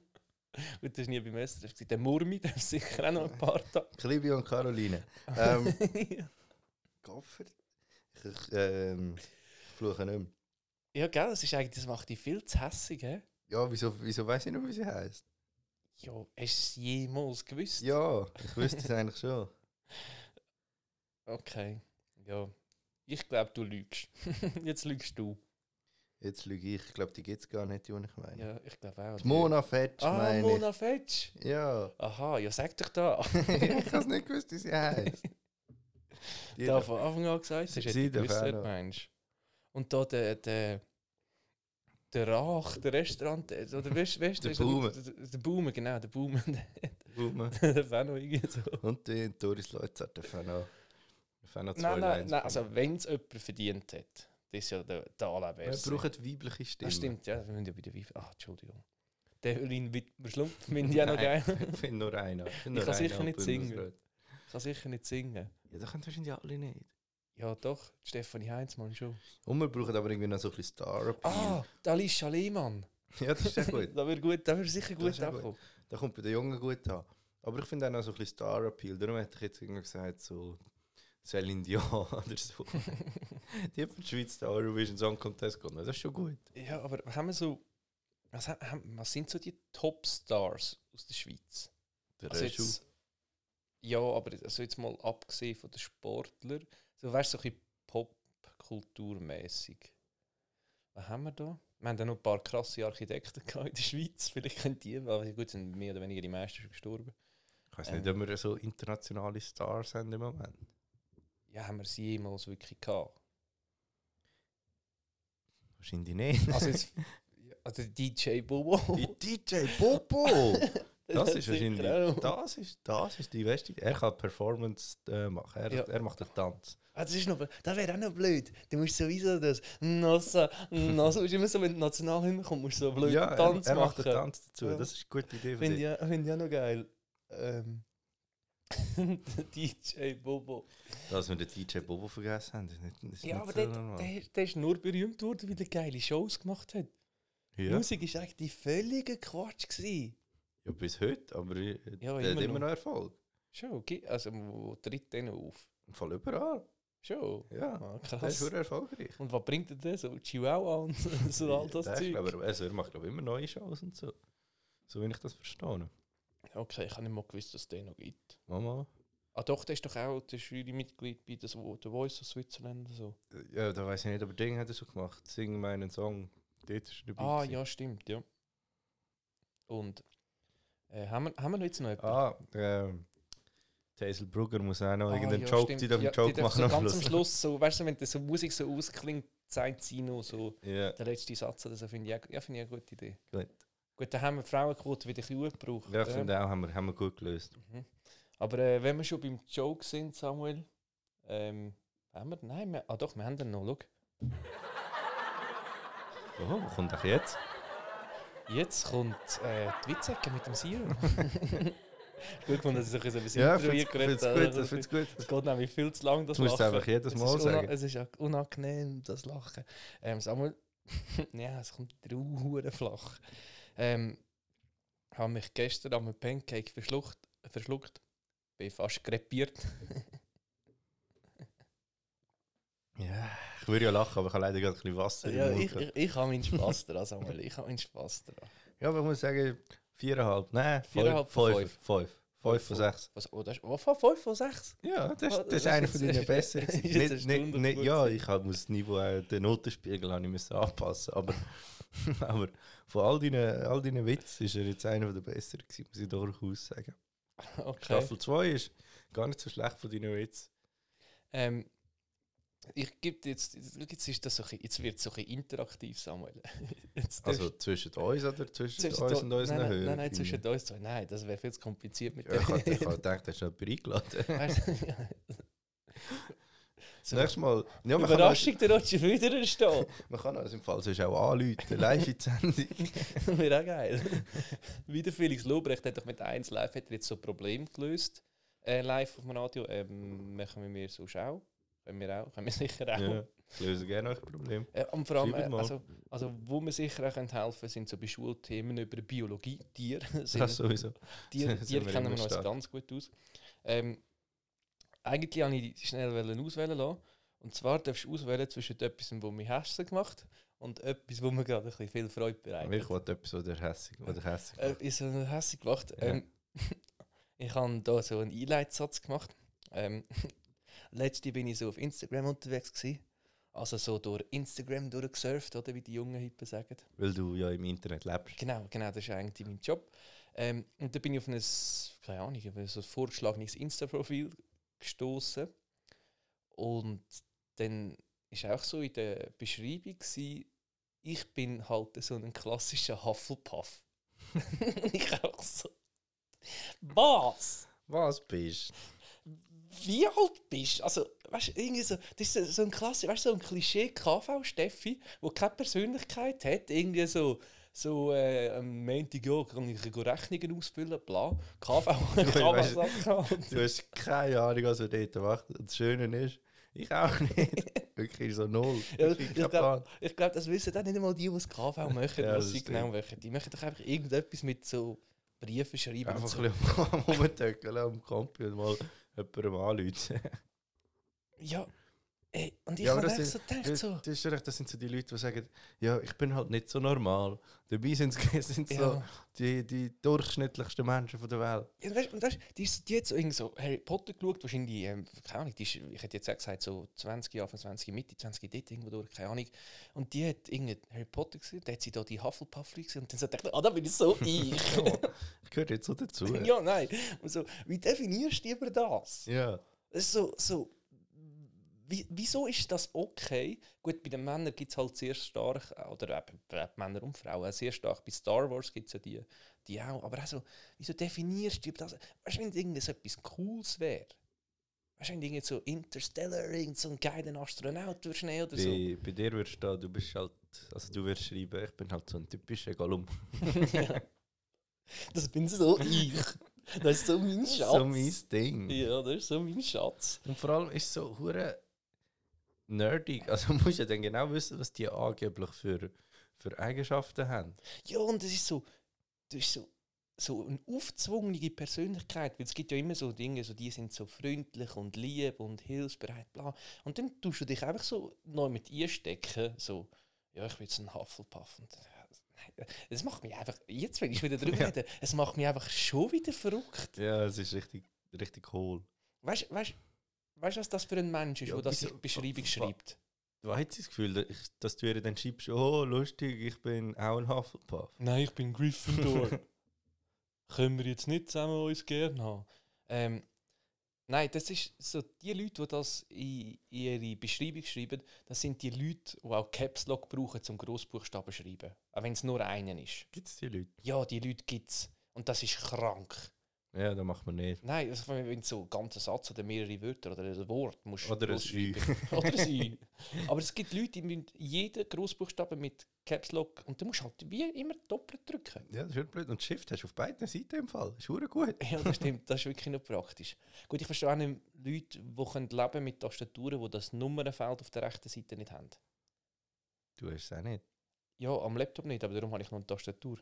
S1: Gut, das ist nie beim SRF. gewesen. Der Murmi darf sicher auch noch ein paar Tage.
S2: Clibio und Caroline. Ähm,
S1: Ja.
S2: Gaffer? Ich, ich ähm, fluche nicht mehr.
S1: ja, gell, das, ist eigentlich, das macht dich viel zu hässig, hä?
S2: Ja, wieso, wieso weiß ich nicht, wie sie heißt?
S1: Ja, hast du es jemals gewusst?
S2: Ja, ich wüsste es eigentlich schon.
S1: Okay. Ja. Ich glaube, du lügst. Jetzt lügst du.
S2: Jetzt lüge ich. Ich glaube, die gibt es gar nicht, die ich meine.
S1: Ja, ich glaube auch.
S2: Die Mona Fetsch
S1: ah,
S2: meine
S1: Mona Fetsch.
S2: ich. Ja.
S1: Aha, ja, sag doch da.
S2: ich habe nicht gewusst, wie sie heißt. Die
S1: da von Anfang an gesagt, das
S2: Sie-
S1: ist ja
S2: sie
S1: die
S2: darf auch
S1: gewisse
S2: noch.
S1: Mensch. Und da der, der, der Rach, der Restaurant, der, oder weißt, weißt,
S2: Der
S1: weißt,
S2: Baume.
S1: Der, der Baume, genau, der Baume.
S2: Boomer.
S1: der darf auch noch irgendwie so.
S2: Und die Doris Leutzer darf auch noch. darf auch noch zwei
S1: Nein, nein,
S2: Lines
S1: nein,
S2: bringen.
S1: also wenn es jemand verdient hat, das ist ja der, der
S2: wir
S1: Alaverse.
S2: brauchen weibliche Stimmen.
S1: Das stimmt, ja, wir müssen ja bei der Wife. Ah, Entschuldigung. Der Urin Wittmer Schlumpf finde ich auch noch
S2: Nein,
S1: geil.
S2: Ich finde nur einer. finde
S1: Ich
S2: nur
S1: kann sicher
S2: einer
S1: nicht
S2: Bündnis-
S1: singen. Kann sicher nicht singen.
S2: Ja, das können wahrscheinlich alle nicht.
S1: Ja, doch, Stefanie Heinzmann schon.
S2: Und wir brauchen aber irgendwie noch so ein bisschen star
S1: Ah, die Alicia Lehmann.
S2: Ja, das ist ja gut.
S1: Da wird gut, da wird sicher
S2: Das ist
S1: gut
S2: ja gut.
S1: ankommen.
S2: Da kommt bei den Jungen gut an. Aber ich finde auch noch so ein bisschen Star-Appeal. Darum hätte ich jetzt irgendwie gesagt, so Celine Dion oder so. die hat von der Schweiz den Eurovision Song Contest gewonnen. Das ist schon gut.
S1: Ja, aber haben wir so. Was, ha- haben, was sind so die Top-Stars aus der Schweiz?
S2: Der
S1: Also
S2: Reju.
S1: jetzt, ja, aber also jetzt mal abgesehen von den Sportlern, so weißt du, so ein bisschen popkulturmäßig. Was haben wir da? Wir haben da noch ein paar krasse Architekten gehabt in der Schweiz, vielleicht können die, aber gut, sind mehr oder weniger die meisten schon gestorben.
S2: Ich weiß
S1: ähm.
S2: nicht, ob wir so internationale Stars haben im Moment.
S1: Ja, haben wir sie jemals wirklich gehabt?
S2: Wahrscheinlich nicht.
S1: Also, jetzt, also DJ Bobo.
S2: Die DJ Popo! Das ist
S1: sicher
S2: wahrscheinlich.
S1: auch.
S2: Das ist, das ist die beste. Er kann Performance äh, machen. Er,
S1: Ja.
S2: er macht den Tanz.
S1: Ah, das, ist noch, das wäre auch noch blöd. Du musst sowieso das Nossa, Nossa, ist immer so, wenn die Nationalhymne kommt, musst du so blöd
S2: er,
S1: Tanz
S2: er macht
S1: machen.
S2: den Tanz dazu.
S1: Ja.
S2: Das ist eine gute Idee. Von
S1: Finde
S2: dir.
S1: ich, auch- finde ich auch noch geil. Ähm, DJ Bobo.
S2: Dass wir den DJ Bobo vergessen haben, ist nicht, ist
S1: Ja,
S2: nicht
S1: aber
S2: so
S1: der,
S2: normal.
S1: der, der ist nur berühmt worden, weil er geile Shows gemacht hat.
S2: ja.
S1: Musik ist eigentlich die völlige Quatsch. Gewesen.
S2: ja, bis heute, aber äh,
S1: Ja,
S2: der
S1: immer
S2: hat immer
S1: noch.
S2: noch Erfolg.
S1: Schon, okay. Also, wo tritt denn auf?
S2: Im Fall überall.
S1: Schon.
S2: Ja,
S1: Ah,
S2: der ist
S1: krass.
S2: sehr erfolgreich.
S1: Und was bringt denn das? So Chihuahua und so all das
S2: Der ist,
S1: Zeug.
S2: glaub ich, also, er macht glaub, ich, immer neue Shows und so. So wie ich das verstehe.
S1: Okay, ich habe nicht mal gewusst, dass es den noch gibt.
S2: Mama,
S1: Ah doch, der ist doch auch der Jurymitglied bei der, The Voice of Switzerland. und So.
S2: äh, ja, da weiß ich nicht, aber Ding hat er so gemacht. Sing meinen Song. Dort ist er dabei.
S1: Ah
S2: gewesen.
S1: ja, stimmt, ja. Und äh, haben, wir, haben wir noch jetzt noch etwas?
S2: Ah, ähm. Hazel Brugger muss auch noch
S1: Ah,
S2: irgendeinen
S1: ja,
S2: Joke,
S1: stimmt.
S2: die darf einen
S1: Ja,
S2: Joke
S1: darf
S2: machen
S1: so
S2: am
S1: ganz
S2: Schluss.
S1: am Schluss, so, weißt du, wenn die so Musik so ausklingt, zeigt sie noch so
S2: Ja,
S1: der letzte Satz oder so, finde ich, auch- ja, finde ich eine gute Idee.
S2: Gut.
S1: Gut, dann haben wir die Frauenquote wieder ein bisschen hochgebraucht.
S2: ja ich
S1: oder?
S2: finde auch, haben wir, haben wir gut gelöst.
S1: Mhm. Aber äh, wenn wir schon beim Joke sind, Samuel, ähm, haben wir, nein, wir, ah doch, wir haben den noch, schau.
S2: Oh, wo kommt auch jetzt?
S1: Jetzt kommt äh, die Witzecke mit dem Siro. Gut gefunden, dass ich so ein bisschen
S2: Ja,
S1: Intro also
S2: find's find's
S1: eingeredet
S2: gut,
S1: habe.
S2: das find's gut.
S1: Es geht nämlich viel zu lang, das
S2: Das musst du
S1: Lachen.
S2: einfach jedes Mal
S1: es ist una-
S2: sagen.
S1: Es ist auch unangenehm, das Lachen. Ähm, Samuel, ja, es kommt traurig flach. Ähm, habe mich gestern an einem Pancake verschluckt, verschluckt. Bin fast krepiert.
S2: Ja, ich würde ja lachen, aber ich habe leider gerade ein bisschen Wasser
S1: ja,
S2: im Mund.
S1: ich, ich, ich habe meinen Spaß daran, Samuel. Ich habe meinen Spaß daran.
S2: ja, aber ich muss sagen, viereinhalb, nein,
S1: Viereinhalb
S2: fünf,
S1: von
S2: fünf, fünf, fünf von sechs.
S1: Was, oh, das ist, oh, von 5 von 6?
S2: Ja, das,
S1: Oh,
S2: das ist
S1: das
S2: einer
S1: ist-
S2: von deinen besseren.
S1: das ist jetzt
S2: gewesen. nicht,
S1: eine
S2: nicht,
S1: Stunde
S2: nicht,
S1: gut
S2: ja,
S1: gewesen.
S2: ich hab- muss das Niveau, äh, den Notenspiegel habe ich müssen anpassen aber, aber von all deinen, all deinen Witzen ist er jetzt einer der besseren, gewesen, muss ich durchaus sagen.
S1: Okay.
S2: Staffel 2 ist gar nicht so schlecht von deinen Witzen.
S1: Ähm, ich gebe jetzt, jetzt, ist das so ein, bisschen- jetzt wird es so ein bisschen interaktiv, Samuel. Jetzt
S2: Also
S1: darfst-
S2: zwischen uns oder zwischen,
S1: zwischen
S2: uns
S1: da-
S2: und
S1: nein,
S2: unseren
S1: nein,
S2: Hörern?
S1: nein, nein, zwischen uns zwei. Nein, das wäre viel zu kompliziert mit
S2: ja, ich
S1: dem.
S2: habe gedacht, du hast noch jemanden eingeladen.
S1: Weißt du, ja. so,
S2: Nächstes Mal. Ja, man, kann uns,
S1: Überraschung, der Roger wieder stehen.
S2: man kann uns im Fall sonst auch anrufen. Live in die Sendung.
S1: Das wäre auch geil. Wieder Felix Lobrecht hat doch mit 1 Live hat er jetzt so ein Problem gelöst. Äh, live auf dem Radio. Ähm, machen wir mir so auch. Können wir auch. Können wir sicher auch.
S2: ja, ich löse gerne euch Problem.
S1: Äh, und vor allem, äh,
S2: Schreibt mal.
S1: also, also, wo wir sicher auch können helfen sind so bei Schulthemen über Biologie, Tier. sind-
S2: Das sowieso.
S1: Tier,
S2: sind
S1: Tier
S2: wir
S1: kennen
S2: immer
S1: wir uns
S2: stark.
S1: ganz gut aus. Ähm, eigentlich wollte ich schnell wollen auswählen lassen. Und zwar darfst du auswählen zwischen etwas, wo mir Hässlich gemacht und etwas, wo mir gerade ein bisschen viel Freude bereitet.
S2: Ich wollte etwas, was der hässig oder hässig
S1: äh,
S2: macht.
S1: ist so hässlich gemacht.
S2: Ja.
S1: Ähm, ich habe da so einen Einleitsatz gemacht. Ähm, Letzte bin ich so auf Instagram unterwegs gsi, also so durch Instagram durchgesurft, oder wie die Jungen heute sagen.
S2: Weil du ja im Internet lebst.
S1: Genau, genau, das ist eigentlich mein Job. Ähm, und da bin ich auf ein, keine Ahnung, auf ein so vorgeschlagenes Insta-Profil gestoßen und dann ist auch so in der Beschreibung gsi, ich bin halt so ein klassischer Hufflepuff. und ich auch so, was?
S2: Was bist
S1: Wie alt bist du? Also, weißt du, irgendwie so, das ist so- so ein Klasse, weißt du, so ein Klischee KV-Steffi, wo keine Persönlichkeit hat, irgendwie so, so äh, am Montag, ja, kann ich go Rechnungen ausfüllen, bla, KV,
S2: weißt du-
S1: KV-Sachen.
S2: du? Du hast keine Ahnung, was er dort macht. Und das Schöne ist, ich auch nicht. Wirklich so null.
S1: Ja,
S2: Wirklich
S1: ich
S2: kein
S1: glaub-
S2: Plan.
S1: Ich glaube, das wissen dann nicht einmal die, die das KV machen,
S2: Ja, das
S1: was sie
S2: stimmt.
S1: genau machen. Die machen doch einfach irgendetwas mit so Briefen schreiben. und
S2: Einfach
S1: so.
S2: ein bisschen am Rumtöckeln am Kompi und mal jemandem anrufen.
S1: Ja, ey, und ich
S2: Ja,
S1: habe
S2: aber das
S1: echt
S2: ist-
S1: so gedacht,
S2: Das,
S1: so,
S2: das, ist ja recht, das sind so die Leute, die sagen, ja, ich bin halt nicht so normal. Dabei sind sind so
S1: ja.
S2: die, die durchschnittlichsten Menschen von der Welt.
S1: Ja, und weißt, und weißt, die, ist, die hat so, irgendwie so Harry Potter geschaut, wahrscheinlich, ähm, keine Ahnung, die ist, ich hätte jetzt auch gesagt, so 20, Jahre, 20, Mitte 20, dort irgendwo durch, keine Ahnung. Und die hat irgendwie Harry Potter gesehen, da hat sie da die Hufflepuff gesehen und dann so gedacht, ah, da bin ich so ich.
S2: Ja, ich gehöre jetzt so dazu.
S1: ja, nein. Und so, wie definierst du über das?
S2: ja.
S1: Das ist so, so, Wie, wieso ist das okay? Gut, bei den Männern gibt es halt sehr stark, äh, oder äh, bei- bei Männern und Frauen, äh, sehr stark, bei Star Wars gibt es ja die, die auch, aber also, wieso definierst du das? Weißt du, wenn irgendwas etwas Cooles wäre? Weißt du, wenn du irgend so Interstellar, irgend so einen geilen Astronaut würdest nehmen oder so?
S2: Bei, bei dir würdest du da, du bist halt, also du würdest schreiben, ich bin halt so ein typischer Gollum.
S1: ja. Das bin so ich. Das ist so mein Schatz.
S2: so mein Ding.
S1: Ja, das ist so mein Schatz.
S2: Und vor allem ist es so hure nerdig. Also du musst ja dann genau wissen, was die angeblich für, für Eigenschaften haben.
S1: Ja, und es ist so, das ist so, so eine aufzwungene Persönlichkeit, weil es gibt ja immer so Dinge, so, die sind so freundlich und lieb und hilfsbereit, bla. Und dann tust du dich einfach so neu mit einstecken, so, ja, ich bin jetzt ein Hufflepuff. Und, äh, es macht mich einfach, jetzt will ich wieder drüber
S2: Ja.
S1: reden, es macht mich einfach schon wieder verrückt.
S2: Ja, es ist richtig, richtig hohl.
S1: Weißt du, weißt, weißt, was das für ein Mensch ist,
S2: Ja,
S1: der das
S2: wieso-
S1: in die Beschreibung
S2: wa-
S1: schreibt?
S2: Du hast das Gefühl, dass ich- dass du ihr dann schreibst, oh lustig, ich bin auch ein Hufflepuff.
S1: Nein, ich bin Gryffindor. Können wir jetzt nicht zusammen uns gern haben? Ähm, nein, das ist so, die Leute, die das in ihre Beschreibung schreiben, das sind die Leute, die auch Caps Lock brauchen, zum Grossbuchstaben zu schreiben. Auch wenn es nur einen ist.
S2: Gibt es die Leute?
S1: Ja, die Leute gibt's. Und das ist krank.
S2: Ja, das macht man nicht.
S1: Nein, also vor allem, wenn du so einen ganzen Satz oder mehrere Wörter oder ein Wort musst
S2: Oder ein
S1: grossschreiben. Oder ein I. Aber es gibt Leute, die müssen jeden Grossbuchstaben mit Caps Lock und du musst halt wie immer doppelt drücken.
S2: Ja, das ist wirklich blöd. Und Shift hast du auf beiden Seiten im Fall. ist hure gut.
S1: Ja, das stimmt. Das ist wirklich noch praktisch. Gut, ich verstehe auch nicht Leute, die können leben mit Tastaturen, die das Nummernfeld auf der rechten Seite nicht haben.
S2: Du hast es auch nicht.
S1: Ja, am Laptop nicht, aber darum habe ich noch eine Tastatur.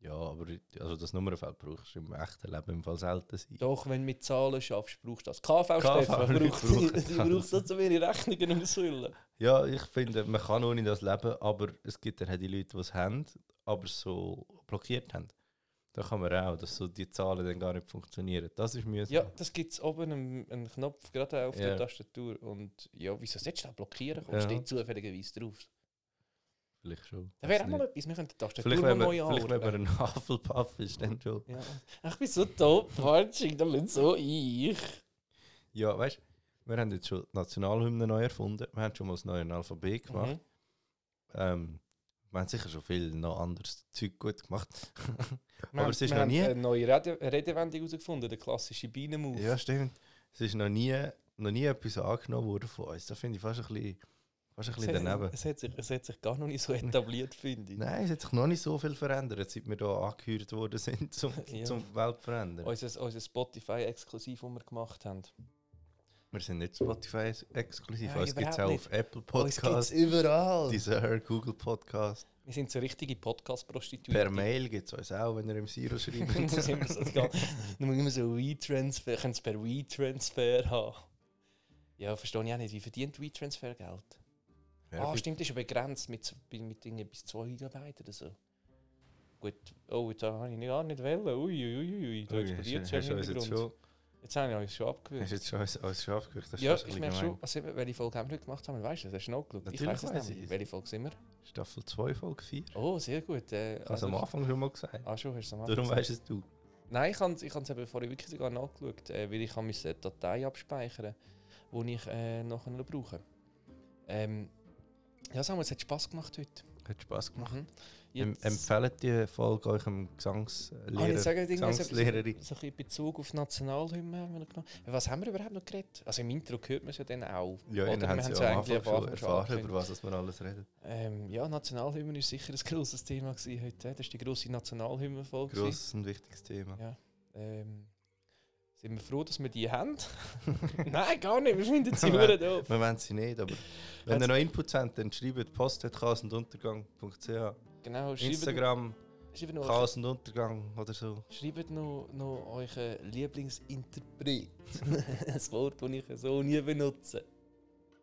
S2: Ja, aber also das Nummernfeld brauchst du im echten Leben im Fall selten sein.
S1: Doch, wenn du mit Zahlen schaffst, brauchst du das. KV, Stefan,
S2: Leute
S1: braucht
S2: brauchen
S1: die braucht so zu wenig Rechnungen um zu füllen.
S2: Ja, ich finde, man kann ohne das leben, aber es gibt dann auch die Leute, die es haben, aber so blockiert haben. Da kann man auch, dass so die Zahlen dann gar nicht funktionieren. Das ist mühsam.
S1: Ja, das gibt es oben einen, einen Knopf, gerade auf
S2: Ja.
S1: der Tastatur. Und ja, wieso sollst du das blockieren? Kommst
S2: Ja.
S1: steht zufälligerweise drauf.
S2: Vielleicht schon.
S1: Da wäre
S2: Weiß
S1: auch mal
S2: nicht.
S1: etwas, wir könnten die Tastatur
S2: vielleicht,
S1: mal
S2: wenn man,
S1: neu
S2: vielleicht wenn man
S1: anordnen.
S2: ein Hufflepuff ist, dann schon.
S1: Ja. Ich bin so top, Falschig, da bin so ich.
S2: Ja, weißt du, wir haben jetzt schon die Nationalhymne neu erfunden. Wir haben schon mal das neue Alphabet gemacht.
S1: Mhm.
S2: Ähm, wir haben sicher schon viel noch anderes Zeug gut gemacht.
S1: Wir
S2: Aber
S1: haben-
S2: es ist
S1: wir
S2: noch
S1: haben
S2: nie-
S1: eine neue Rede Redewendung herausgefunden, der klassische Bienenmove.
S2: Ja, stimmt. Es ist noch nie, noch nie etwas angenommen worden von uns. Das finde ich fast ein bisschen, fast ein
S1: es,
S2: bisschen daneben.
S1: hat, es, hat sich, es hat sich gar noch nicht so etabliert, finde ich.
S2: Nein, es hat sich noch nicht so viel verändert, seit wir hier angehört worden sind, zum,
S1: Ja.
S2: zum Welt zu verändern.
S1: Unser, unser Spotify-Exklusiv, das wir gemacht haben.
S2: Wir sind nicht Spotify-exklusiv,
S1: Nein,
S2: uns gibt es auch
S1: überhaupt
S2: auf Apple
S1: Uns gibt's
S2: Podcasts,
S1: überall.
S2: Deezer, Google Podcasts.
S1: Wir sind so richtige Podcast-Prostituierte.
S2: Per Mail gibt es uns auch, wenn ihr im Siro
S1: Wir
S2: schreibt.
S1: sind immer so, egal. Nur immer so WeTransfer, können es per WeTransfer haben. Ja, verstehe ich auch nicht. Wie verdient WeTransfer Geld?
S2: Ja,
S1: ah,
S2: gut.
S1: stimmt, ist ja begrenzt mit, z- bei- mit Dingen bis 2 GB oder so. Gut, oh, jetzt habe ich nicht, ah, nicht wählen. Ui, ui, ui, ui, da
S2: Ui,
S1: explodiert
S2: hast
S1: es ja
S2: du- hast du
S1: im
S2: uns jetzt
S1: Hintergrund.
S2: schon-
S1: Jetzt habe ich euch schon
S2: Hast
S1: abgewürgt.
S2: du jetzt schon alles- alles schon abgewürgt? Das ist
S1: Ja,
S2: fast ein
S1: ich
S2: bisschen
S1: merke schon,
S2: gemein.
S1: also, eben, welche Folge haben wir heute gemacht? Haben wir weißt du, das hast du noch geschaut. Ich
S2: Natürlich
S1: weiß es
S2: weiss
S1: nicht.
S2: ich es.
S1: Welche Folge sind wir?
S2: Staffel 2, Folge 4.
S1: Oh, sehr gut. Äh,
S2: Ich habe es am Anfang schon mal gesagt.
S1: Ah, schon, hast du es am Anfang
S2: Darum
S1: gesagt.
S2: weißt es du.
S1: Nein, ich habe ich es eben vorher wirklich sogar nachgeschaut, äh, weil ich habe meine Datei abspeichern musste, die ich äh, nachher noch brauche. Ähm, ja, sagen wir, es hat Spass gemacht heute.
S2: Hat Spass gemacht.
S1: Mhm.
S2: Em
S1: Jetzt-
S2: empfehlt die Folge eurem
S1: Ah, ich
S2: Gesangslehrer?
S1: sage irgendwas so, so, so
S2: Gesangslehrerin.
S1: ein bisschen in Bezug auf die Nationalhymne haben wir noch genommen. Was haben wir überhaupt noch geredet? Also im Intro hört man es ja dann auch.
S2: Ja,
S1: Oder
S2: ihr habt
S1: wir
S2: es
S1: haben's
S2: ja
S1: ja eigentlich
S2: am Anfang schon
S1: am Anfang schon
S2: erfahren, über was dass wir alles reden.
S1: Ähm, ja, Nationalhymne ist sicher ein grosses Thema gewesen heute. Das war die grosse Nationalhymne-Folge. gewesen.
S2: Grosses und wichtiges Thema.
S1: Ähm, sind wir froh, dass wir die haben? Nein, gar nicht. Wir finden sie
S2: Nein.
S1: nur doof.
S2: Wir wollen sie nicht, aber wenn ihr
S1: Hat's-
S2: noch Input habt, dann schreibt post.chaosunduntergang.ch
S1: Genau, schreibt,
S2: Instagram
S1: schreibt, noch,
S2: Chaos und Untergang oder so.
S1: schreibt noch, noch euren Lieblingsinterpret. ein Wort, das ich so nie benutze.